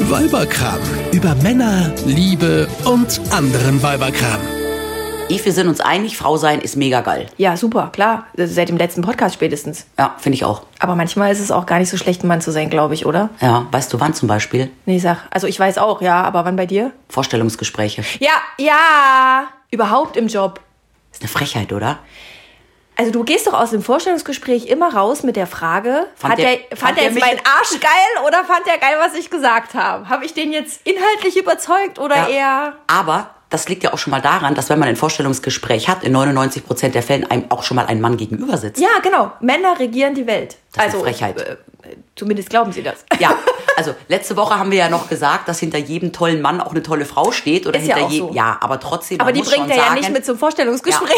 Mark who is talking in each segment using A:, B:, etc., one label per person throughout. A: Weiberkram. Über Männer, Liebe und anderen Weiberkram.
B: Yves, wir sind uns einig, Frau sein ist mega geil.
C: Ja, super, klar. Seit dem letzten Podcast spätestens.
B: Ja, finde ich auch.
C: Aber manchmal ist es auch gar nicht so schlecht, ein Mann zu sein, glaube ich, oder?
B: Ja, weißt du wann zum Beispiel?
C: Nee, sag. Also ich weiß auch, ja, aber wann bei dir?
B: Vorstellungsgespräche.
C: Ja, ja. Überhaupt im Job.
B: Ist eine Frechheit, oder?
C: Also du gehst doch aus dem Vorstellungsgespräch immer raus mit der Frage,
B: Fand
C: fand,
B: der-
C: der,
B: fand
C: fand
B: der
C: der jetzt
B: mich-
C: meinen Arsch geil oder fand der geil, was ich gesagt habe? Habe ich den jetzt inhaltlich überzeugt oder
B: Ja.
C: eher...
B: Aber das liegt ja auch schon mal daran, dass wenn man ein Vorstellungsgespräch hat, in 99 Prozent der Fällen einem auch schon mal ein Mann gegenüber sitzt.
C: Ja, genau. Männer regieren die Welt.
B: Das ist
C: also
B: eine Frechheit.
C: äh, zumindest glauben sie das.
B: Ja, also letzte Woche haben wir ja noch gesagt, dass hinter jedem tollen Mann auch eine tolle Frau steht oder
C: Ist ja
B: hinter
C: auch
B: jedem.
C: so.
B: Ja, aber trotzdem.
C: Aber
B: man
C: die
B: muss
C: bringt
B: schon
C: er ja
B: sagen,
C: nicht mit zum Vorstellungsgespräch.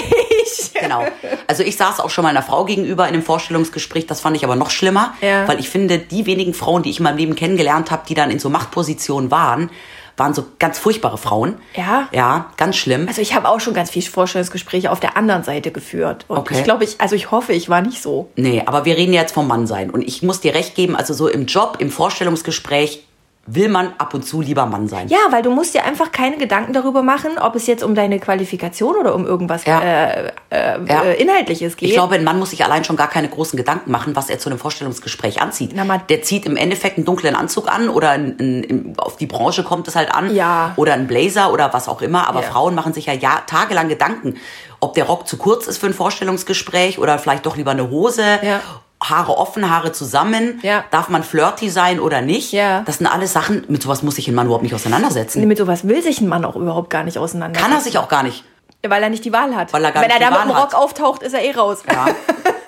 B: Genau. Also ich saß auch schon mal einer Frau gegenüber in einem Vorstellungsgespräch, das fand ich aber noch schlimmer,
C: Ja.
B: weil ich finde, die wenigen Frauen, die ich in meinem Leben kennengelernt habe, die dann in so Machtpositionen waren, waren so ganz furchtbare Frauen.
C: Ja?
B: Ja, ganz schlimm.
C: Also ich habe auch schon ganz viel Vorstellungsgespräche auf der anderen Seite geführt. Und
B: Okay.
C: ich glaube, ich, also ich hoffe, ich war nicht so.
B: Nee, aber wir reden jetzt vom Mann sein. Und ich muss dir recht geben, also so im Job, im Vorstellungsgespräch will man ab und zu lieber Mann sein.
C: Ja, weil du musst dir einfach keine Gedanken darüber machen, ob es jetzt um deine Qualifikation oder um irgendwas
B: Ja.
C: äh, äh,
B: Ja.
C: äh, Inhaltliches geht.
B: Ich glaube, ein Mann muss sich allein schon gar keine großen Gedanken machen, was er zu einem Vorstellungsgespräch anzieht.
C: Na, mal-
B: der zieht im Endeffekt einen dunklen Anzug an oder ein, ein, ein, auf die Branche kommt es halt an
C: Ja.
B: oder ein Blazer oder was auch immer. Aber
C: Ja.
B: Frauen machen sich ja, ja tagelang Gedanken, ob der Rock zu kurz ist für ein Vorstellungsgespräch oder vielleicht doch lieber eine Hose.
C: Ja.
B: Haare offen, Haare zusammen.
C: Ja.
B: Darf man flirty sein oder nicht?
C: Ja.
B: Das sind alles Sachen, mit sowas muss sich ein Mann überhaupt nicht auseinandersetzen.
C: mit sowas will sich ein Mann auch überhaupt gar nicht auseinander.
B: Kann er sich auch gar nicht.
C: Weil er nicht die Wahl hat.
B: Weil er gar
C: Wenn
B: nicht
C: er da
B: die
C: mit dem
B: Wahl
C: Rock
B: hat.
C: auftaucht, ist er eh raus.
B: Ja.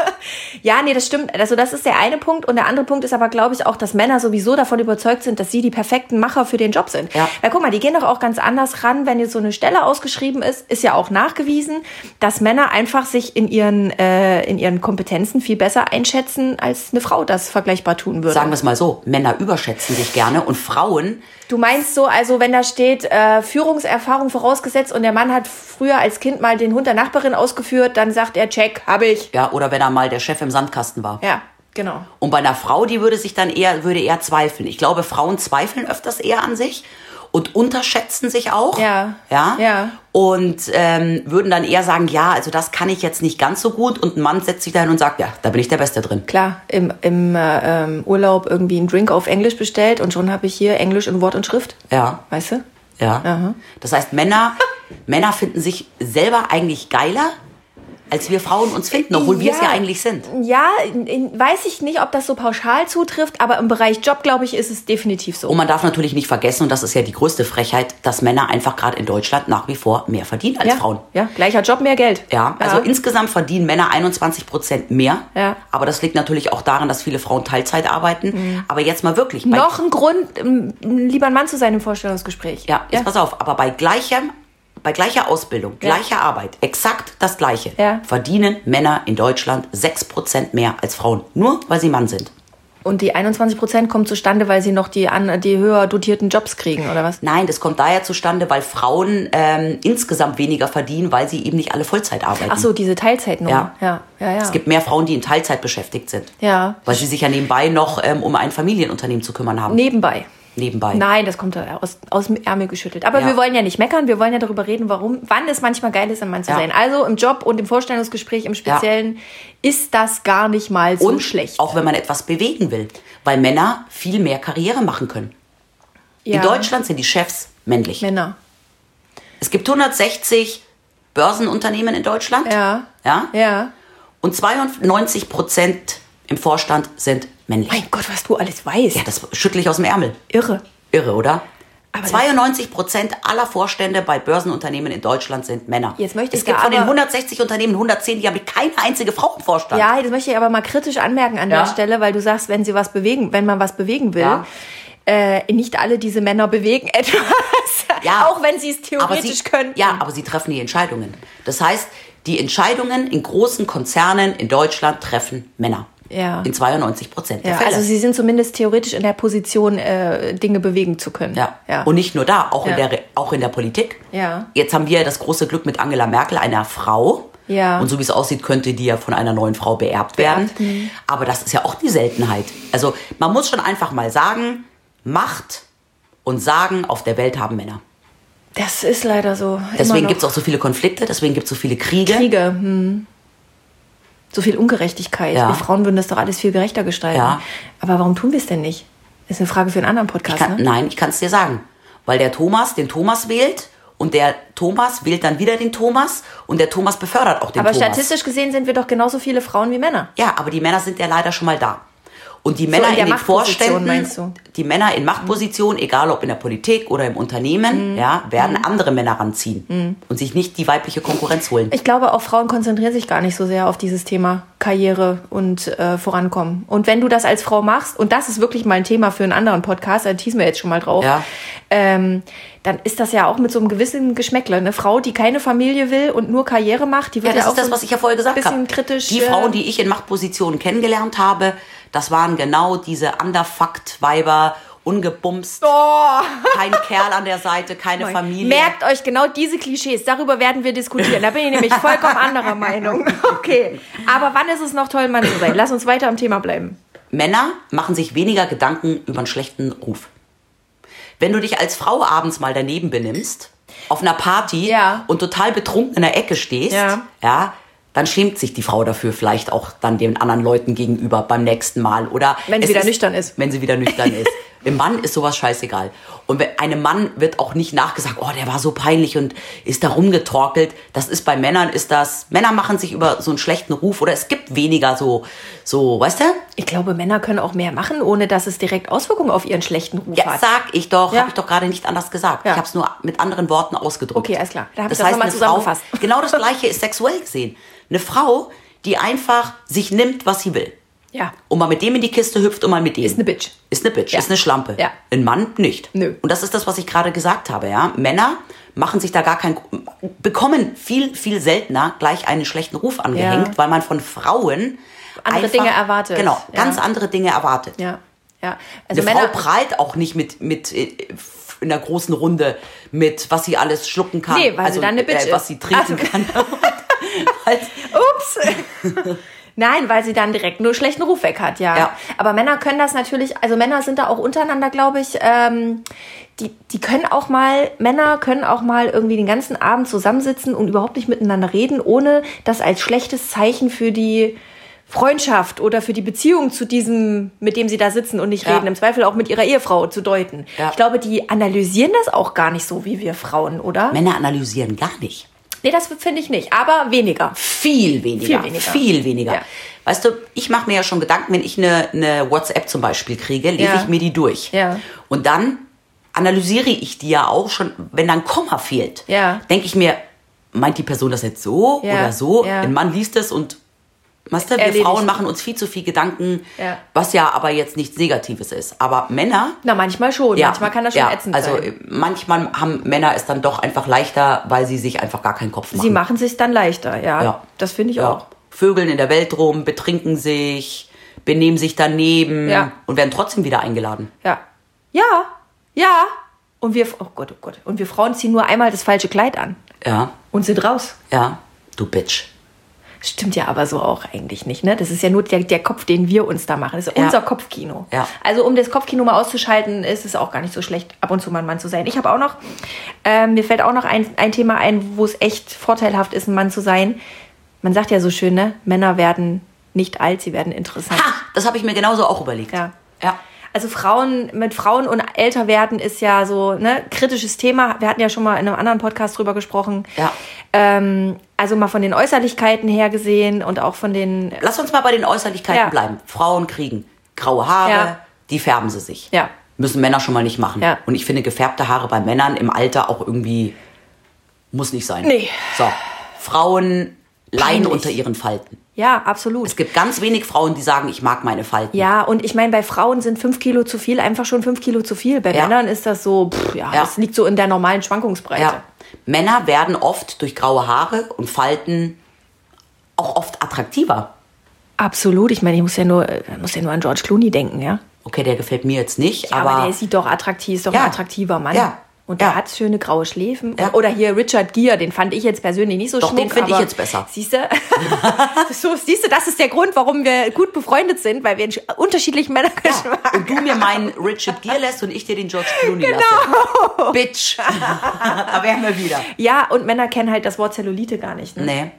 C: Ja, nee, das stimmt. Also das ist der eine Punkt. Und der andere Punkt ist aber, glaube ich, auch, dass Männer sowieso davon überzeugt sind, dass sie die perfekten Macher für den Job sind.
B: Ja.
C: Weil guck mal, die gehen doch auch ganz anders ran, wenn jetzt so eine Stelle ausgeschrieben ist, ist ja auch nachgewiesen, dass Männer einfach sich in ihren, äh, in ihren Kompetenzen viel besser einschätzen, als eine Frau das vergleichbar tun würde.
B: Sagen wir es mal so, Männer überschätzen sich gerne und Frauen
C: Du meinst so, also wenn da steht, äh, Führungserfahrung vorausgesetzt und der Mann hat früher als Kind mal den Hund der Nachbarin ausgeführt, dann sagt er, check, habe ich.
B: Ja, oder wenn er mal der Chef im Sandkasten war.
C: Ja, genau.
B: Und bei einer Frau, die würde sich dann eher, würde eher zweifeln. Ich glaube, Frauen zweifeln öfters eher an sich und unterschätzen sich auch.
C: Ja.
B: Ja.
C: Ja.
B: Und ähm, würden dann eher sagen, ja, also das kann ich jetzt nicht ganz so gut. Und ein Mann setzt sich dahin und sagt, ja, da bin ich der Beste drin.
C: Klar, im, im äh, ähm, Urlaub irgendwie einen Drink auf Englisch bestellt und schon habe ich hier Englisch in Wort und Schrift.
B: Ja.
C: Weißt du?
B: Ja.
C: Aha.
B: Das heißt, Männer, Männer finden sich selber eigentlich geiler, als wir Frauen uns finden, obwohl wir es ja
C: Ja.
B: eigentlich sind.
C: Ja, in, in, weiß ich nicht, ob das so pauschal zutrifft, aber im Bereich Job, glaube ich, ist es definitiv so.
B: Und man darf natürlich nicht vergessen, und das ist ja die größte Frechheit, dass Männer einfach gerade in Deutschland nach wie vor mehr verdienen als
C: ja,
B: Frauen.
C: Ja, gleicher Job, mehr Geld.
B: Ja, also insgesamt verdienen Männer 21 Prozent mehr.
C: Ja.
B: Aber das liegt natürlich auch daran, dass viele Frauen Teilzeit arbeiten. Aber jetzt mal wirklich. bei-
C: Mhm. Noch ein Grund, ähm, lieber ein Mann zu sein im Vorstellungsgespräch.
B: Ja, jetzt
C: ja.
B: pass auf. Aber bei gleichem, bei gleicher Ausbildung,
C: Ja.
B: gleicher Arbeit, exakt das Gleiche,
C: Ja.
B: verdienen Männer in Deutschland 6 Prozent mehr als Frauen. Nur, weil sie Mann sind.
C: Und die 21 Prozent kommen zustande, weil sie noch die, an, die höher dotierten Jobs kriegen, oder was?
B: Nein, das kommt daher zustande, weil Frauen ähm, insgesamt weniger verdienen, weil sie eben nicht alle Vollzeit arbeiten.
C: Ach so, diese Teilzeitnummer.
B: Ja.
C: ja, ja. ja.
B: Es gibt mehr Frauen, die in Teilzeit beschäftigt sind.
C: Ja.
B: Weil sie sich ja nebenbei noch ähm, um ein Familienunternehmen zu kümmern haben.
C: Nebenbei.
B: Nebenbei.
C: Nein, das kommt aus, aus dem Ärmel geschüttelt. Aber
B: Ja.
C: wir wollen ja nicht meckern, wir wollen ja darüber reden, warum, wann es manchmal geil ist, ein Mann zu
B: Ja.
C: sein. Also im Job und im Vorstellungsgespräch im Speziellen ist das gar nicht mal so
B: und
C: schlecht.
B: auch wenn man etwas bewegen will, weil Männer viel mehr Karriere machen können.
C: ja.
B: In Deutschland sind die Chefs männlich.
C: Männer.
B: Es gibt 160 Börsenunternehmen in Deutschland.
C: Ja.
B: Ja.
C: Ja.
B: Und 92 Prozent im Vorstand sind männlich.
C: Mein Gott, was du alles weißt.
B: Ja, das schüttle ich aus dem Ärmel.
C: Irre.
B: Irre, oder?
C: Aber
B: 92 Prozent aller Vorstände bei Börsenunternehmen in Deutschland sind Männer.
C: Jetzt möchte
B: es
C: ich
B: gibt
C: da
B: von den
C: aber-
B: 160 Unternehmen 110, die haben keine einzige Frau im Vorstand.
C: Ja, das möchte ich aber mal kritisch anmerken an
B: Ja.
C: der Stelle, weil du sagst, wenn sie was bewegen, wenn man was bewegen will,
B: Ja.
C: äh, nicht alle diese Männer bewegen etwas.
B: Ja.
C: auch wenn sie es
B: Aber
C: theoretisch könnten.
B: Ja, aber sie treffen die Entscheidungen. Das heißt, die Entscheidungen in großen Konzernen in Deutschland treffen Männer.
C: Ja.
B: In 92 Prozent der
C: Ja,
B: Fälle.
C: also sie sind zumindest theoretisch in der Position, äh, Dinge bewegen zu können.
B: ja.
C: ja.
B: Und nicht nur da, auch, in
C: Ja.
B: der, Re- auch in der Politik.
C: Ja.
B: Jetzt haben wir das große Glück mit Angela Merkel, einer Frau.
C: Ja.
B: Und so wie es aussieht, könnte die ja von einer neuen Frau beerbt werden. Aber das ist ja auch die Seltenheit. Also man muss schon einfach mal sagen, Macht und sagen, auf der Welt haben Männer.
C: Das ist leider so.
B: Deswegen
C: Immer
B: gibt es
C: noch.
B: auch so viele Konflikte, deswegen gibt es so viele Kriege.
C: Kriege. Hm. So viel Ungerechtigkeit.
B: Ja.
C: Wir Frauen würden das doch alles viel gerechter gestalten.
B: Ja.
C: Aber warum tun wir es denn nicht? Ist eine Frage für einen anderen Podcast.
B: Kann,
C: ne?
B: Nein, ich kann es dir sagen. Weil der Thomas den Thomas wählt und der Thomas wählt dann wieder den Thomas und der Thomas befördert auch den
C: Aber
B: Thomas.
C: statistisch gesehen sind wir doch genauso viele Frauen wie Männer.
B: Ja, aber die Männer sind ja leider schon mal da. Und die Männer
C: in
B: in,
C: der
B: den
C: Machtposition,
B: Vorständen,
C: meinst du?
B: die Männer in Machtpositionen, egal ob in der Politik oder im Unternehmen,
C: Mhm.
B: ja, werden andere Männer ranziehen und sich nicht die weibliche Konkurrenz holen.
C: Ich glaube, auch Frauen konzentrieren sich gar nicht so sehr auf dieses Thema Karriere und äh, Vorankommen. Und wenn du das als Frau machst, und das ist wirklich mal ein Thema für einen anderen Podcast, da teasen wir jetzt schon mal drauf,
B: Ja.
C: ähm, dann ist das ja auch mit so einem gewissen Geschmäckle. Eine Frau, die keine Familie will und nur Karriere macht, die
B: Ja,
C: wird ja,
B: das
C: auch
B: ist das,
C: so
B: was ich ja vorher gesagt
C: bisschen
B: habe.
C: kritisch.
B: Die
C: äh,
B: Frauen, die ich in Machtpositionen kennengelernt habe, das waren genau diese Underfucked-Weiber, ungebumst, kein Kerl an der Seite, keine Familie.
C: Merkt euch genau diese Klischees, darüber werden wir diskutieren. Da bin ich nämlich vollkommen anderer Meinung. Okay. Aber wann ist es noch toll, ein Mann zu sein? Lass uns weiter am Thema bleiben.
B: Männer machen sich weniger Gedanken über einen schlechten Ruf. Wenn du dich als Frau abends mal daneben benimmst, auf einer Party
C: Ja.
B: und total betrunken in der Ecke stehst,
C: Ja.
B: ja, dann schämt sich die Frau dafür vielleicht auch dann den anderen Leuten gegenüber beim nächsten Mal oder
C: Wenn sie wieder nüchtern ist.
B: Wenn sie wieder nüchtern ist. Im Mann ist sowas scheißegal. Und wenn- einem Mann wird auch nicht nachgesagt, oh, der war so peinlich und ist da rumgetorkelt. Das ist bei Männern ist das. Männer machen sich über so einen schlechten Ruf oder es gibt weniger so so, weißt du?
C: Ich glaube, Männer können auch mehr machen, ohne dass es direkt Auswirkungen auf ihren schlechten Ruf
B: Ja,
C: hat.
B: sag ich doch,
C: Ja.
B: habe ich doch gerade nicht anders gesagt.
C: Ja.
B: Ich habe es nur mit anderen Worten ausgedrückt.
C: Okay, alles klar. Da hab ich das
B: heißt,
C: nochmal
B: eine
C: zusammengefasst.
B: Frau, genau das gleiche ist sexuell gesehen. Eine Frau, die einfach sich nimmt, was sie will.
C: Ja.
B: Und mal mit dem in die Kiste hüpft und mal mit dem.
C: Ist eine Bitch.
B: Ist eine Bitch,
C: Ja.
B: ist eine Schlampe.
C: Ja.
B: Ein Mann nicht.
C: Nö.
B: Und das ist das, was ich gerade gesagt habe, ja. Männer machen sich da gar kein, bekommen viel, viel seltener gleich einen schlechten Ruf angehängt, weil man von Frauen
C: Andere
B: einfach,
C: Dinge erwartet.
B: Genau,
C: Ja.
B: ganz andere Dinge erwartet.
C: Ja, ja. Also
B: Eine
C: Männer,
B: Frau prahlt auch nicht mit, mit äh, in der großen Runde mit, was sie alles schlucken kann.
C: Nee, weil sie dann eine Bitch
B: äh, Was
C: ist.
B: sie trinken
C: Ach.
B: kann. Halt.
C: ups. Nein, weil sie dann direkt nur schlechten Ruf weg hat, ja.
B: Ja.
C: Aber Männer können das natürlich, also Männer sind da auch untereinander, glaube ich, ähm, die, die können auch mal, Männer können auch mal irgendwie den ganzen Abend zusammensitzen und überhaupt nicht miteinander reden, ohne das als schlechtes Zeichen für die Freundschaft oder für die Beziehung zu diesem, mit dem sie da sitzen und nicht
B: Ja.
C: reden, im Zweifel auch mit ihrer Ehefrau zu deuten.
B: Ja.
C: Ich glaube, die analysieren das auch gar nicht so wie wir Frauen, oder?
B: Männer analysieren gar nicht.
C: Nee, das finde ich nicht, aber weniger.
B: Viel weniger.
C: Viel weniger.
B: weniger.
C: Ja.
B: Weißt du, ich mache mir ja schon Gedanken, wenn ich eine, eine WhatsApp zum Beispiel kriege, lese
C: Ja.
B: ich mir die durch.
C: Ja.
B: Und dann analysiere ich die ja auch schon, wenn dann Komma fehlt,
C: Ja.
B: denke ich mir, meint die Person das jetzt so
C: Ja.
B: oder so?
C: Ja.
B: Ein Mann liest es und Weißt du, wir
C: Erledigt.
B: Frauen machen uns viel zu viel Gedanken,
C: Ja.
B: was ja aber jetzt nichts Negatives ist. Aber Männer,
C: Na, manchmal schon.
B: ja,
C: manchmal kann das schon
B: ja,
C: ätzend
B: also
C: sein.
B: äh, manchmal haben Männer es dann doch einfach leichter, weil sie sich einfach gar keinen Kopf machen.
C: Sie machen sich dann leichter, ja.
B: Ja.
C: Ah, Das finde ich
B: ja.
C: auch.
B: Vögeln in der Welt rum, betrinken sich, benehmen sich daneben
C: Ja.
B: und werden trotzdem wieder eingeladen.
C: Ja. Ja. Ja. Und wir, oh Gott, oh Gott. Und wir Frauen ziehen nur einmal das falsche Kleid an
B: Ja,
C: und sind raus.
B: ja, du Bitch.
C: Stimmt ja aber so auch eigentlich nicht, ne? Das ist ja nur der, der Kopf, den wir uns da machen. Das ist
B: Ja.
C: unser Kopfkino.
B: Ja.
C: Also um das Kopfkino mal auszuschalten, ist es auch gar nicht so schlecht, ab und zu mal ein Mann zu sein. Ich habe auch noch, ähm, mir fällt auch noch ein, ein Thema ein, wo es echt vorteilhaft ist, ein Mann zu sein. Man sagt ja so schön, ne? Männer werden nicht alt, sie werden interessant.
B: Ha, das habe ich mir genauso auch überlegt.
C: Ja.
B: ja.
C: Also Frauen mit Frauen und älter werden ist ja so ne kritisches Thema. Wir hatten ja schon mal in einem anderen Podcast drüber gesprochen.
B: Ja.
C: Ähm, also mal von den Äußerlichkeiten her gesehen und auch von den
B: Lass uns mal bei den Äußerlichkeiten
C: Ja.
B: bleiben. Frauen kriegen graue Haare,
C: Ja.
B: die färben sie sich.
C: Ja.
B: Müssen Männer schon mal nicht machen.
C: Ja.
B: Und ich finde, gefärbte Haare bei Männern im Alter auch irgendwie muss nicht sein.
C: Nee.
B: So. Frauen leiden
C: Peinlich.
B: unter ihren Falten.
C: ja absolut.
B: Es gibt ganz wenig Frauen, die sagen, ich mag meine Falten.
C: ja, und ich meine, bei Frauen sind fünf Kilo zu viel einfach schon fünf Kilo zu viel. Bei
B: Ja.
C: Männern ist das so, pff, ja,
B: Ja.
C: das liegt so in der normalen Schwankungsbreite.
B: Ja. Männer werden oft durch graue Haare und Falten auch oft attraktiver.
C: Absolut. Ich meine, ich muss ja nur, äh, muss ja nur an George Clooney denken, ja.
B: Okay, der gefällt mir jetzt nicht,
C: Aber,
B: aber
C: der sieht doch attraktiv, ist doch ein attraktiver Mann.
B: Ja.
C: Und der
B: Ja.
C: hat schöne graue Schläfen.
B: Ja.
C: Oder hier Richard Gere, den fand ich jetzt persönlich nicht so
B: Doch,
C: schmuck.
B: den find ich
C: aber-
B: jetzt besser.
C: Siehst du? so, siehst du, das ist der Grund, warum wir gut befreundet sind, weil wir einen sch- unterschiedlichen Männergeschmack
B: Ja. Und du mir meinen Richard Gere lässt und ich dir den George Clooney lasse. Bitch. da wären wir wieder.
C: Ja, und Männer kennen halt das Wort Zellulite gar nicht. Ne?
B: Nee.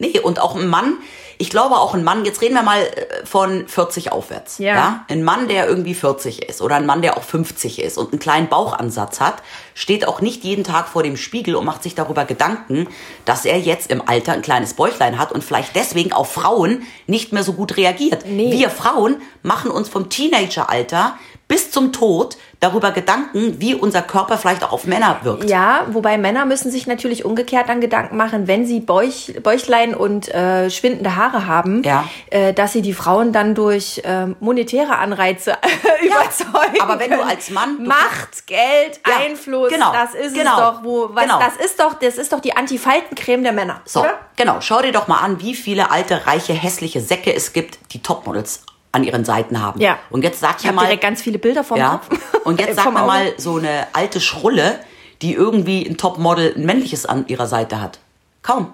B: Nee, und auch ein Mann, ich glaube auch ein Mann, jetzt reden wir mal äh, von 40 aufwärts.
C: Ja.
B: Ein Mann, der irgendwie 40 ist oder ein Mann, der auch 50 ist und einen kleinen Bauchansatz hat, steht auch nicht jeden Tag vor dem Spiegel und macht sich darüber Gedanken, dass er jetzt im Alter ein kleines Bäuchlein hat und vielleicht deswegen auf Frauen nicht mehr so gut reagiert.
C: Nee.
B: Wir Frauen machen uns vom Teenageralter bis zum Tod darüber Gedanken, wie unser Körper vielleicht auch auf Männer wirkt.
C: Ja, wobei Männer müssen sich natürlich umgekehrt dann Gedanken machen, wenn sie Bäuch, Bäuchlein und äh, schwindende Haare haben,
B: Ja.
C: äh, dass sie die Frauen dann durch äh, monetäre Anreize überzeugen.
B: aber wenn du
C: können.
B: als Mann- du-
C: Macht, Geld,
B: Ja,
C: Einfluss,
B: genau,
C: das ist
B: genau,
C: es doch, wo was,
B: genau.
C: das ist doch, das ist doch die Antifaltencreme der Männer.
B: So,
C: oder?
B: genau. Schau dir doch mal an, wie viele alte, reiche, hässliche Säcke es gibt, die Topmodels an ihren Seiten haben.
C: Ja.
B: Und jetzt sag
C: Ich
B: mir
C: habe
B: mal,
C: direkt ganz viele Bilder vom
B: ja.
C: Kopf.
B: Und jetzt sag
C: Vom
B: mir
C: Auge.
B: mal so eine alte Schrulle, die irgendwie ein Topmodel, ein männliches an ihrer Seite hat. Kaum.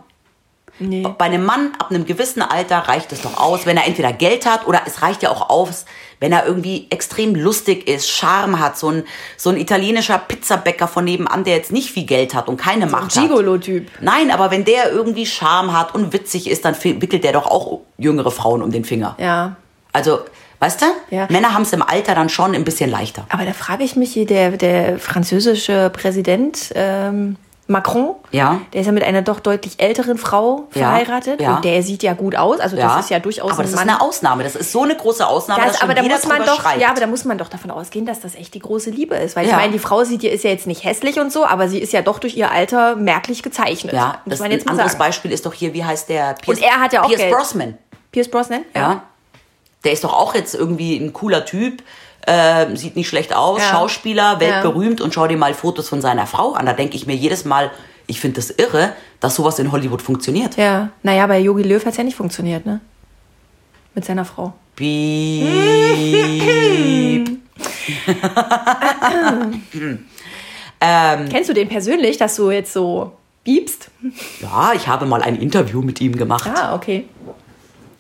C: Nee.
B: Bei einem Mann ab einem gewissen Alter reicht es doch aus, wenn er entweder Geld hat oder es reicht ja auch aus, wenn er irgendwie extrem lustig ist, Charme hat, so ein, so ein italienischer Pizzabäcker von nebenan, der jetzt nicht viel Geld hat und keine Macht hat.
C: Gigolo-Typ.
B: Nein, aber wenn der irgendwie Charme hat und witzig ist, dann fi- wickelt der doch auch jüngere Frauen um den Finger.
C: Ja.
B: Also, weißt du?
C: Ja.
B: Männer haben es im Alter dann schon ein bisschen leichter.
C: Aber da frage ich mich hier, der, der französische Präsident ähm, Macron,
B: Ja.
C: der ist ja mit einer doch deutlich älteren Frau
B: Ja,
C: verheiratet
B: ja.
C: und der sieht ja gut aus. Also das ist ja durchaus
B: Aber
C: ein
B: das
C: Mann.
B: ist eine Ausnahme. Das ist so eine große Ausnahme,
C: das,
B: dass schon
C: aber da
B: jeder
C: muss man
B: drüber
C: doch,
B: schreibt.
C: ja, aber da muss man doch davon ausgehen, dass das echt die große Liebe ist. Weil
B: Ja.
C: ich meine, die Frau sieht ja, ist ja jetzt nicht hässlich und so, aber sie ist ja doch durch ihr Alter merklich gezeichnet.
B: Ja,
C: muss
B: das
C: man jetzt
B: ein
C: mal
B: anderes
C: sagen.
B: Beispiel ist doch hier, wie heißt der? Pierce,
C: Und er hat ja auch
B: Pierce
C: Geld.
B: Brosnan.
C: Pierce Brosnan?
B: Ja. Der ist doch auch jetzt irgendwie ein cooler Typ. ähm, sieht nicht schlecht aus,
C: Ja.
B: Schauspieler, weltberühmt und schau dir mal Fotos von seiner Frau an. Da denke ich mir jedes Mal, ich finde das irre, dass sowas in Hollywood funktioniert.
C: Ja. Naja, bei Yogi Löw hat es ja nicht funktioniert, ne? Mit seiner Frau. Hm?
B: Piep. Ähm.
C: Kennst du den persönlich, dass du jetzt so biebst?
B: Ja, ich habe mal ein Interview mit ihm gemacht.
C: Ah, okay.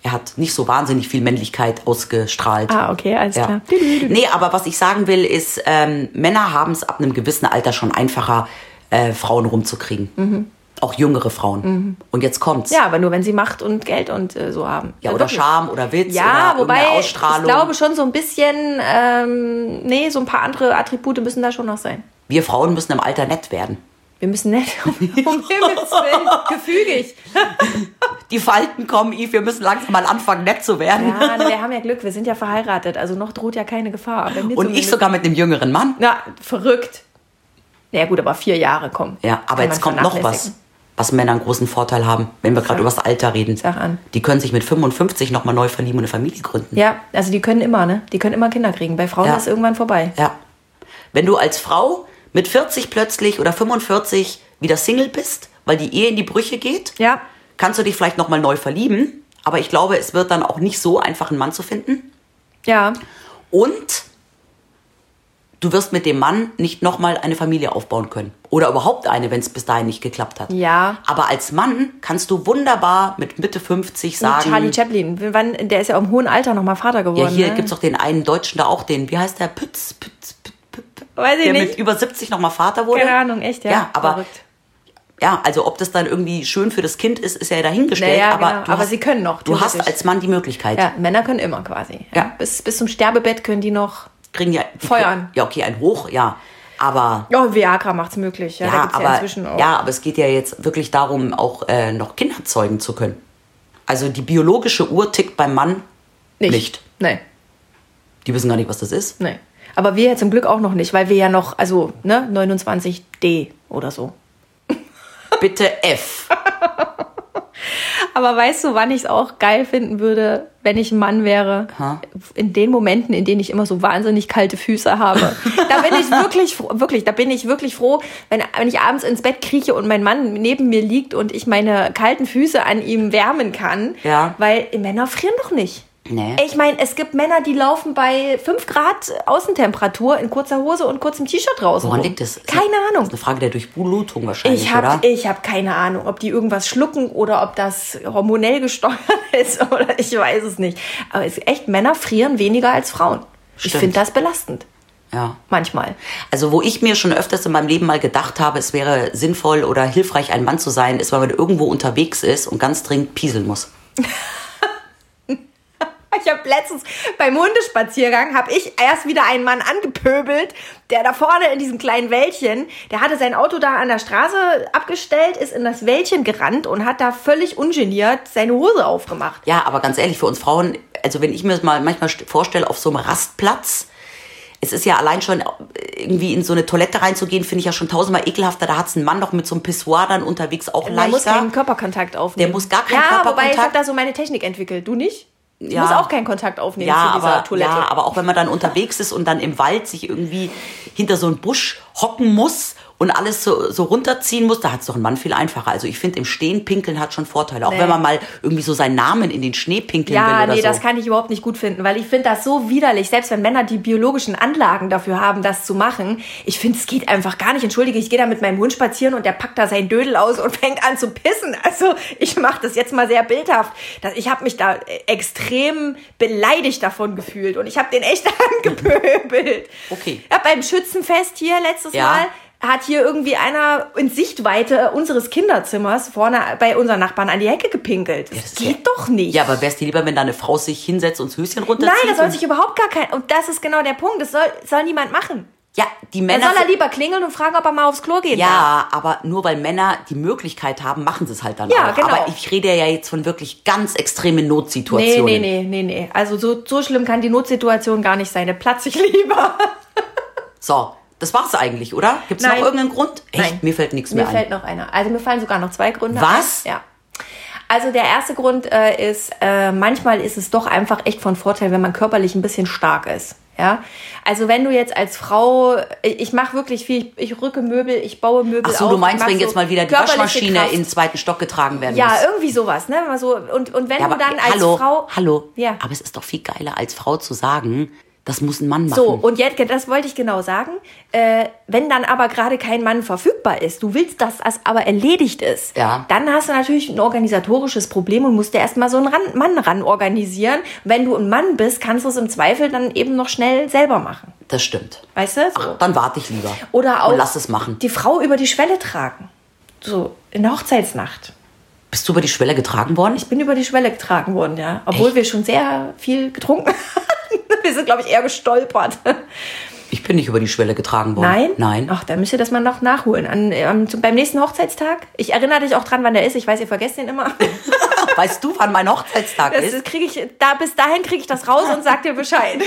B: Er hat nicht so wahnsinnig viel Männlichkeit ausgestrahlt.
C: Ah, okay, alles
B: Ja.
C: klar.
B: Nee, aber was ich sagen will, ist, ähm, Männer haben es ab einem gewissen Alter schon einfacher, äh, Frauen rumzukriegen. Auch jüngere Frauen. Und jetzt kommt's.
C: Mhm. Ja, aber nur wenn sie Macht und Geld und äh, so haben.
B: Ja, oder
C: Wirklich.
B: Charme oder Witz
C: Ja,
B: oder
C: wobei
B: irgendeine
C: ich
B: Ausstrahlung.
C: glaube schon so ein bisschen, ähm, nee, so ein paar andere Attribute müssen da schon noch sein.
B: Wir Frauen müssen im Alter nett werden.
C: Wir müssen nett um Himmels Willen, gefügig.
B: Die Falten kommen, Yves, wir müssen langsam mal anfangen, nett zu werden.
C: Ja, na, wir haben ja Glück, wir sind ja verheiratet, also noch droht ja keine Gefahr. Wenn wir
B: Und ich
C: zumindest-
B: sogar mit einem jüngeren Mann.
C: Na, verrückt. Na ja, gut, aber vier Jahre kommen.
B: Ja, aber
C: Kann
B: jetzt
C: man
B: kommt noch was,
C: vernachlässigen.
B: was Männer einen großen Vorteil haben, wenn wir gerade über das Alter reden.
C: Sag an.
B: Die können sich mit 55 nochmal neu verlieben und eine Familie gründen.
C: Ja, also die können immer, ne? Die können immer Kinder kriegen. Bei Frauen
B: Ja.
C: ist irgendwann vorbei.
B: Ja. Wenn du als Frau mit 40 plötzlich oder 45 wieder Single bist, weil die Ehe in die Brüche geht,
C: Ja.
B: kannst du dich vielleicht nochmal neu verlieben. Aber ich glaube, es wird dann auch nicht so einfach, einen Mann zu finden.
C: Ja.
B: Und du wirst mit dem Mann nicht nochmal eine Familie aufbauen können. Oder überhaupt eine, wenn es bis dahin nicht geklappt hat.
C: Ja.
B: Aber als Mann kannst du wunderbar mit Mitte 50 sagen.
C: Charlie Chaplin, wann, der ist ja im hohen Alter nochmal Vater geworden.
B: ja, hier
C: ne?
B: gibt's doch den einen Deutschen da auch, den, wie heißt der? Pütz, Pütz, Pütz, Pütz, Pütz,
C: Weiß ich
B: der
C: nicht.
B: mit über 70 nochmal Vater wurde.
C: Keine Ahnung, echt, ja.
B: Ja, aber
C: Verrückt.
B: ja, also ob das dann irgendwie schön für das Kind ist, ist ja dahingestellt.
C: Naja,
B: aber
C: genau.
B: du
C: Aber
B: hast,
C: sie können noch,
B: Du hast
C: theoretisch.
B: als Mann die Möglichkeit.
C: Ja, Männer können immer quasi. Ja.
B: Ja.
C: Bis, bis zum Sterbebett können die noch.
B: Kriegen ja die-
C: Feuern.
B: Ja, okay, ein Hoch, ja. Aber
C: Ja, Oh, Viagra macht's möglich. Ja, da
B: ja,
C: gibt's ja
B: aber
C: inzwischen auch.
B: ja, aber es geht ja jetzt wirklich darum, auch äh, noch Kinder zeugen zu können. Also die biologische Uhr tickt beim Mann nicht.
C: Nee,
B: Die wissen gar nicht, was das ist.
C: nee. Aber wir ja zum Glück auch noch nicht, weil wir ja noch, also, ne, 29D oder so.
B: Bitte F.
C: Aber weißt du, wann ich es auch geil finden würde, wenn ich ein Mann wäre?
B: Ha?
C: In den Momenten, in denen ich immer so wahnsinnig kalte Füße habe. da bin ich wirklich, froh- wirklich, da bin ich wirklich froh, wenn, wenn ich abends ins Bett krieche und mein Mann neben mir liegt und ich meine kalten Füße an ihm wärmen kann.
B: Ja.
C: Weil Männer frieren doch nicht.
B: Nee.
C: Ich meine, es gibt Männer, die laufen bei 5 Grad Außentemperatur in kurzer Hose und kurzem T-Shirt draußen.
B: Woran
C: rum.
B: liegt das? Ist
C: Keine
B: das-
C: Ahnung.
B: Ist eine Frage der Durchblutung wahrscheinlich,
C: Ich habe
B: oder?
C: hab keine Ahnung, ob die irgendwas schlucken oder ob das hormonell gesteuert ist oder ich weiß es nicht. Aber es, echt, Männer frieren weniger als Frauen. Ich
B: Stimmt.
C: finde das belastend.
B: ja.
C: Manchmal.
B: Also wo ich mir schon öfters in meinem Leben mal gedacht habe, es wäre sinnvoll oder hilfreich, ein Mann zu sein, ist, wenn man irgendwo unterwegs ist und ganz dringend pieseln muss.
C: Ich habe letztens beim Hundespaziergang habe ich erst wieder einen Mann angepöbelt, der da vorne in diesem kleinen Wäldchen, der hatte sein Auto da an der Straße abgestellt, ist in das Wäldchen gerannt und hat da völlig ungeniert seine Hose aufgemacht.
B: Ja, aber ganz ehrlich, für uns Frauen, also wenn ich mir das mal manchmal st- vorstelle, auf so einem Rastplatz, es ist ja allein schon äh, irgendwie in so eine Toilette reinzugehen, finde ich ja schon tausendmal ekelhafter. Da hat es ein Mann doch mit so einem Pissoir dann unterwegs auch
C: Man muss
B: leichter.
C: keinen Körperkontakt aufnehmen.
B: Der muss gar keinen
C: Ja, wobei ich habe
B: Körperkontakt-
C: da so meine Technik entwickelt. Du nicht? Ich
B: Ja.
C: muss auch keinen Kontakt aufnehmen
B: ja,
C: zu dieser
B: aber,
C: Toilette.
B: ja, aber auch wenn man dann unterwegs ist und dann im Wald sich irgendwie hinter so einen Busch hocken muss und alles so, so runterziehen muss, da hat es doch ein Mann viel einfacher. Also ich finde, im Stehen pinkeln hat schon Vorteile. Auch
C: Nee.
B: wenn man mal irgendwie so seinen Namen in den Schnee pinkeln will
C: ja,
B: oder
C: nee,
B: so.
C: das kann ich überhaupt nicht gut finden, weil ich finde das so widerlich, selbst wenn Männer die biologischen Anlagen dafür haben, das zu machen. Ich finde, es geht einfach gar nicht. Entschuldige, ich gehe da mit meinem Hund spazieren und der packt da seinen Dödel aus und fängt an zu pissen. Also ich mache das jetzt mal sehr bildhaft. Das- Ich habe mich da äh, extrem beleidigt davon gefühlt und ich habe den echt angepöbelt.
B: Okay.
C: Ja, beim Schützenfest hier letztes
B: Ja.
C: Mal hat hier irgendwie einer in Sichtweite unseres Kinderzimmers vorne bei unseren Nachbarn an die Hecke gepinkelt.
B: das
C: Das
B: ist ja-
C: geht doch nicht.
B: ja, aber wär's dir lieber, wenn da eine Frau sich hinsetzt und das Höschen runterzieht?
C: Nein, das soll
B: und-
C: sich überhaupt gar kein. Und das ist genau der Punkt. Das soll, soll niemand machen.
B: Ja, die
C: Dann
B: Männer.
C: soll er lieber klingeln und fragen, ob er mal aufs Klo gehen darf.
B: ja, aber nur weil Männer die Möglichkeit haben, machen sie es halt dann
C: Ja,
B: auch.
C: genau.
B: Aber ich rede ja jetzt von wirklich ganz extremen
C: Nee,
B: Notsituationen.
C: nee, nee, nee, nee. Also so, so schlimm kann die Notsituation gar nicht sein. Der platze ich lieber.
B: So, das war's eigentlich, oder? Gibt's
C: Nein.
B: noch irgendeinen Grund? Echt,
C: Nein.
B: mir fällt nichts
C: Mir
B: mehr ein.
C: fällt noch einer. Also mir fallen sogar noch zwei Gründe
B: Was?
C: ein. Ja. Also der erste Grund äh, ist, äh, manchmal ist es doch einfach echt von Vorteil, wenn man körperlich ein bisschen stark ist. Ja, also wenn du jetzt als Frau, ich, ich mache wirklich viel, ich, ich rücke Möbel, ich baue Möbel
B: Ach so,
C: auf,
B: du
C: ich
B: meinst,
C: mach
B: wenn
C: so
B: jetzt mal wieder die
C: körperliche
B: Waschmaschine
C: Kraft.
B: in den zweiten Stock getragen werden muss.
C: Ja, irgendwie sowas, ne? Mal so, und, und wenn
B: Ja,
C: du dann als
B: hallo,
C: Frau.
B: hallo.
C: Ja.
B: Aber es ist doch viel geiler, als Frau zu sagen, das muss ein Mann machen.
C: So, und jetzt, das wollte ich genau sagen. Äh, wenn dann aber gerade kein Mann verfügbar ist, du willst, dass das aber erledigt ist,
B: Ja.
C: dann hast du natürlich ein organisatorisches Problem und musst dir erstmal so einen ran, Mann ran organisieren. Wenn du ein Mann bist, kannst du es im Zweifel dann eben noch schnell selber machen.
B: Das stimmt.
C: Weißt du? So.
B: Ach, dann warte ich lieber.
C: Oder auch
B: Und lass es machen.
C: die Frau über die Schwelle tragen. So, in der Hochzeitsnacht.
B: Bist du über die Schwelle getragen worden?
C: Ich bin über die Schwelle getragen worden, ja. Obwohl
B: Echt?
C: wir schon sehr viel getrunken haben. Wir sind, glaube ich, eher gestolpert.
B: Ich bin nicht über die Schwelle getragen worden.
C: Nein?
B: Nein.
C: Ach, da müsst ihr das mal noch nachholen. An, ähm, zum, beim nächsten Hochzeitstag. Ich erinnere dich auch dran, wann der ist. Ich weiß, ihr vergesst den immer.
B: Weißt du, wann mein Hochzeitstag
C: Das
B: ist?
C: krieg ich, da, bis dahin kriege ich das raus und sag dir Bescheid.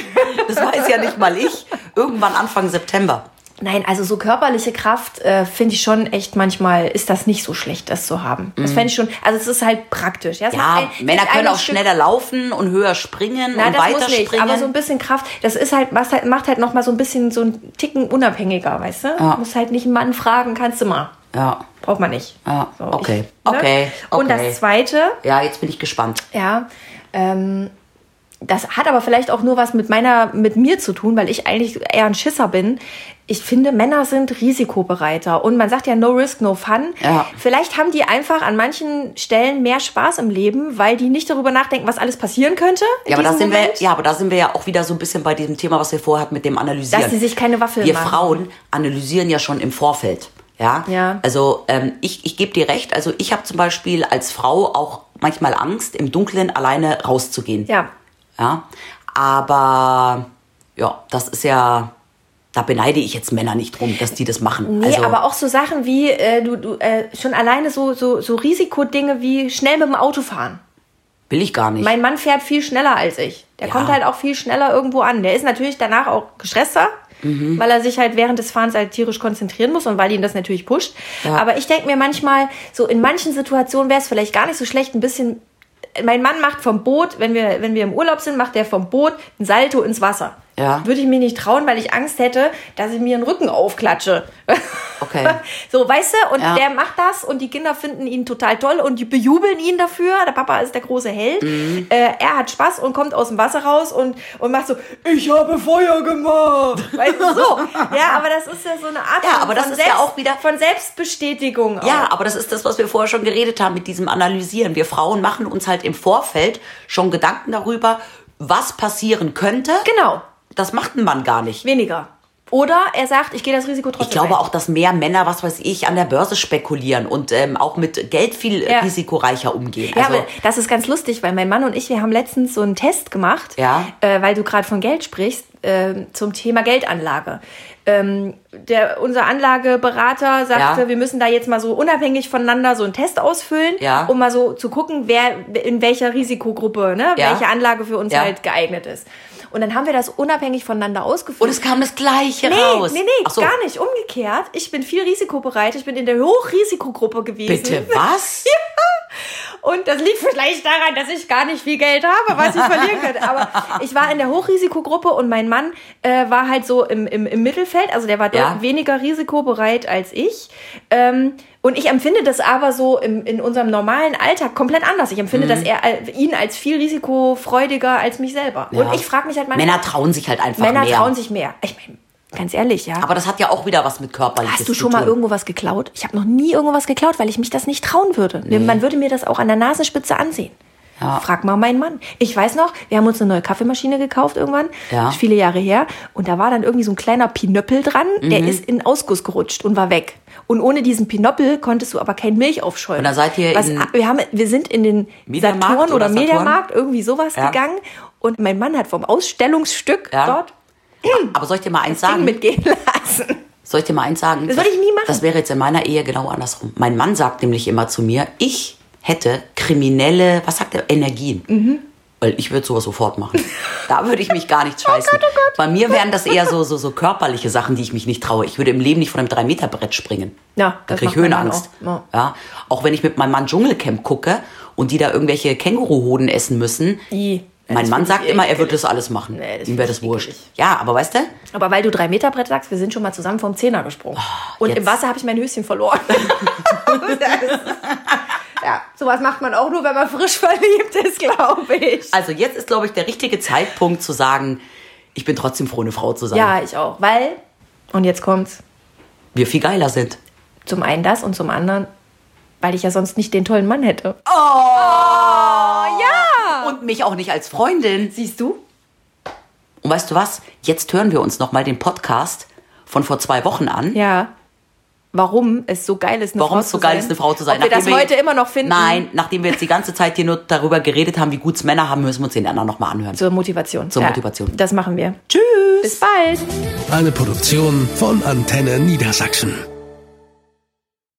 B: Das weiß ja nicht mal ich. Irgendwann Anfang September.
C: Nein, also so körperliche Kraft äh, finde ich schon echt manchmal ist das nicht so schlecht, das zu haben. Das fände ich schon, also es ist halt praktisch. es macht
B: Mm. Ja,
C: ein-
B: Männer
C: gibt
B: können
C: einem
B: auch
C: Stück-
B: schneller laufen und höher springen
C: Na,
B: und
C: das
B: weiter
C: muss nicht,
B: springen.
C: aber so ein bisschen Kraft, das ist halt, macht halt, macht halt nochmal so ein bisschen so einen Ticken unabhängiger, weißt du?
B: Ja.
C: Muss halt nicht einen Mann fragen, kannst du mal.
B: ja.
C: Braucht man nicht.
B: Ja,
C: So,
B: okay,
C: ich- ne?
B: okay,
C: Und
B: okay.
C: das Zweite,
B: ja, jetzt bin ich gespannt.
C: ja, ähm, das hat aber vielleicht auch nur was mit meiner, mit mir zu tun, weil ich eigentlich eher ein Schisser bin. Ich finde, Männer sind risikobereiter und man sagt ja no risk, no fun.
B: Ja.
C: Vielleicht haben die einfach an manchen Stellen mehr Spaß im Leben, weil die nicht darüber nachdenken, was alles passieren könnte. in
B: Ja aber, da
C: diesem
B: sind wir,
C: Moment.
B: ja, aber da sind wir ja auch wieder so ein bisschen bei diesem Thema, was wir vorher hatten mit dem Analysieren.
C: Dass sie sich keine Waffeln
B: Wir
C: machen.
B: Frauen analysieren ja schon im Vorfeld. Ja?
C: Ja.
B: Also ähm, ich, ich gebe dir recht. Also ich habe zum Beispiel als Frau auch manchmal Angst, im Dunkeln alleine rauszugehen.
C: Ja.
B: Ja. Aber ja, das ist ja, da beneide ich jetzt Männer nicht drum, dass die das machen.
C: Nee,
B: also,
C: aber auch so Sachen wie, äh, du, du äh, schon alleine so, so, so Risikodinge wie schnell mit dem Auto fahren.
B: will ich gar nicht.
C: Mein Mann fährt viel schneller als ich. Der
B: Ja.
C: kommt halt auch viel schneller irgendwo an. Der ist natürlich danach auch gestresster,
B: Mhm.
C: weil er sich halt während des Fahrens halt tierisch konzentrieren muss und weil ihn das natürlich pusht. Aber ich denke mir manchmal, so in manchen Situationen wäre es vielleicht gar nicht so schlecht, ein bisschen. Mein Mann macht vom Boot, wenn wir, wenn wir im Urlaub sind, macht der vom Boot ein Salto ins Wasser.
B: Ja.
C: Würde ich mir nicht trauen, weil ich Angst hätte, dass ich mir den Rücken aufklatsche.
B: Okay.
C: So, weißt du, und
B: Ja.
C: der macht das und die Kinder finden ihn total toll und die bejubeln ihn dafür. Der Papa ist der große Held.
B: Mhm.
C: Äh, er hat Spaß und kommt aus dem Wasser raus und, und macht so, ich habe Feuer gemacht. Weißt du, so. Ja, aber das ist ja so eine Art
B: Ja,
C: von-
B: aber das
C: von
B: ist ja auch wieder-
C: von Selbstbestätigung. auch.
B: Ja, aber das ist das, was wir vorher schon geredet haben mit diesem Analysieren. Wir Frauen machen uns halt im Vorfeld schon Gedanken darüber, was passieren könnte.
C: Genau.
B: Das macht ein Mann gar nicht.
C: Weniger. Oder er sagt, ich gehe das Risiko
B: Ich
C: trotzdem
B: glaube
C: ein.
B: auch, dass mehr Männer, was weiß ich, an der Börse spekulieren und ähm, auch mit Geld viel äh,
C: Ja.
B: risikoreicher umgehen.
C: Ja,
B: Also,
C: aber das ist ganz lustig, weil mein Mann und ich, wir haben letztens so einen Test gemacht,
B: Ja.
C: äh, weil du gerade von Geld sprichst, äh, zum Thema Geldanlage. Ähm, der, unser Anlageberater sagte,
B: Ja.
C: wir müssen da jetzt mal so unabhängig voneinander so einen Test ausfüllen,
B: Ja.
C: um mal so zu gucken, wer in welcher Risikogruppe, ne,
B: Ja.
C: welche Anlage für uns
B: Ja.
C: halt geeignet ist. Und dann haben wir das unabhängig voneinander ausgefüllt.
B: und es kam das Gleiche
C: Nee,
B: raus.
C: nee, nee,
B: Ach so.
C: gar nicht. Umgekehrt. Ich bin viel risikobereit. Ich bin in der Hochrisikogruppe gewesen.
B: Bitte was?
C: Und das liegt vielleicht daran, dass ich gar nicht viel Geld habe, was ich verlieren könnte. Aber ich war in der Hochrisikogruppe und mein Mann äh, war halt so im, im, im Mittelfeld. Also der war
B: Ja.
C: deutlich weniger risikobereit als ich. Ähm, und ich empfinde das aber so im, in unserem normalen Alltag komplett anders. Ich
B: Mhm.
C: empfinde das eher, al- ihn als viel risikofreudiger als mich selber.
B: Ja.
C: Und ich frage mich halt manchmal,
B: Männer trauen sich halt einfach
C: Männer
B: mehr.
C: trauen sich mehr. Ich meine, ganz ehrlich, ja.
B: aber das hat ja auch wieder was mit körperliches
C: Hast du
B: zu
C: schon
B: tun.
C: mal irgendwo was geklaut? Ich habe noch nie irgendwo was geklaut, weil ich mich das nicht trauen würde. Man würde mir das auch an der Nasenspitze ansehen.
B: Ja.
C: Frag mal meinen Mann. Ich weiß noch, wir haben uns eine neue Kaffeemaschine gekauft irgendwann,
B: Ja.
C: ist viele Jahre her. Und da war dann irgendwie so ein kleiner Pinöppel dran, der
B: Mhm.
C: ist in den Ausguss gerutscht und war weg. Und ohne diesen Pinöppel konntest du aber kein Milch aufschäumen.
B: Und da seid ihr
C: was,
B: in-
C: wir, haben, wir sind in den
B: Mediamarkt
C: Saturn oder
B: oder Saturn?
C: Mediamarkt, irgendwie sowas
B: Ja.
C: gegangen. Und mein Mann hat vom Ausstellungsstück
B: Ja.
C: dort
B: Aber soll ich dir mal eins
C: Ding
B: sagen?
C: mitgehen lassen.
B: Soll ich dir mal eins sagen?
C: Das würde ich nie machen.
B: Das wäre jetzt in meiner Ehe genau andersrum. Mein Mann sagt nämlich immer zu mir, ich hätte kriminelle, was sagt er, Energien.
C: Mhm.
B: Weil ich würde sowas sofort machen. Da würde ich mich gar
C: Oh
B: nicht scheißen. Bei mir wären das eher so, so, so körperliche Sachen, die ich mich nicht traue. Ich würde im Leben nicht von einem 3-Meter-Brett springen.
C: Ja,
B: da
C: das
B: kriege ich
C: macht mein Mann
B: Höhenangst.
C: auch. Ja.
B: Ja, auch wenn ich mit meinem Mann Dschungelcamp gucke und die da irgendwelche Känguruhoden essen müssen.
C: I.
B: Mein
C: Das
B: Mann
C: find
B: sagt
C: ich
B: immer, er
C: ekelig.
B: würde das alles machen.
C: Nee, das
B: Ihm
C: find
B: wäre
C: ich
B: das wurscht.
C: ekelig.
B: Ja, aber weißt du,
C: Aber weil du drei Meter Brett sagst, wir sind schon mal zusammen vom Zehner gesprungen. Und im
B: Ah, jetzt.
C: Wasser habe ich mein Höschen verloren. ja, sowas macht man auch nur, wenn man frisch verliebt ist, glaube ich.
B: Also jetzt ist, glaube ich, der richtige Zeitpunkt zu sagen, ich bin trotzdem froh, eine Frau zu sein.
C: Ja, ich auch. Weil, und jetzt kommt's,
B: Wir viel geiler sind.
C: zum einen das und zum anderen, weil ich ja sonst nicht den tollen Mann hätte.
B: Und mich auch nicht als Freundin.
C: Siehst du?
B: Und weißt du was? Jetzt hören wir uns nochmal den Podcast von vor zwei Wochen an.
C: Ja. Warum es so geil ist, eine
B: Warum
C: Frau
B: es so
C: zu
B: geil
C: sein.
B: ist, eine Frau zu sein.
C: Ob wir das
B: Nachdem
C: heute immer noch finden.
B: Nein, nachdem wir jetzt die ganze Zeit hier nur darüber geredet haben, wie gut es Männer haben, müssen wir uns den anderen nochmal anhören.
C: Zur Motivation.
B: Zur Motivation.
C: Das machen wir.
B: Tschüss.
C: Bis bald.
A: Eine Produktion von Antenne Niedersachsen.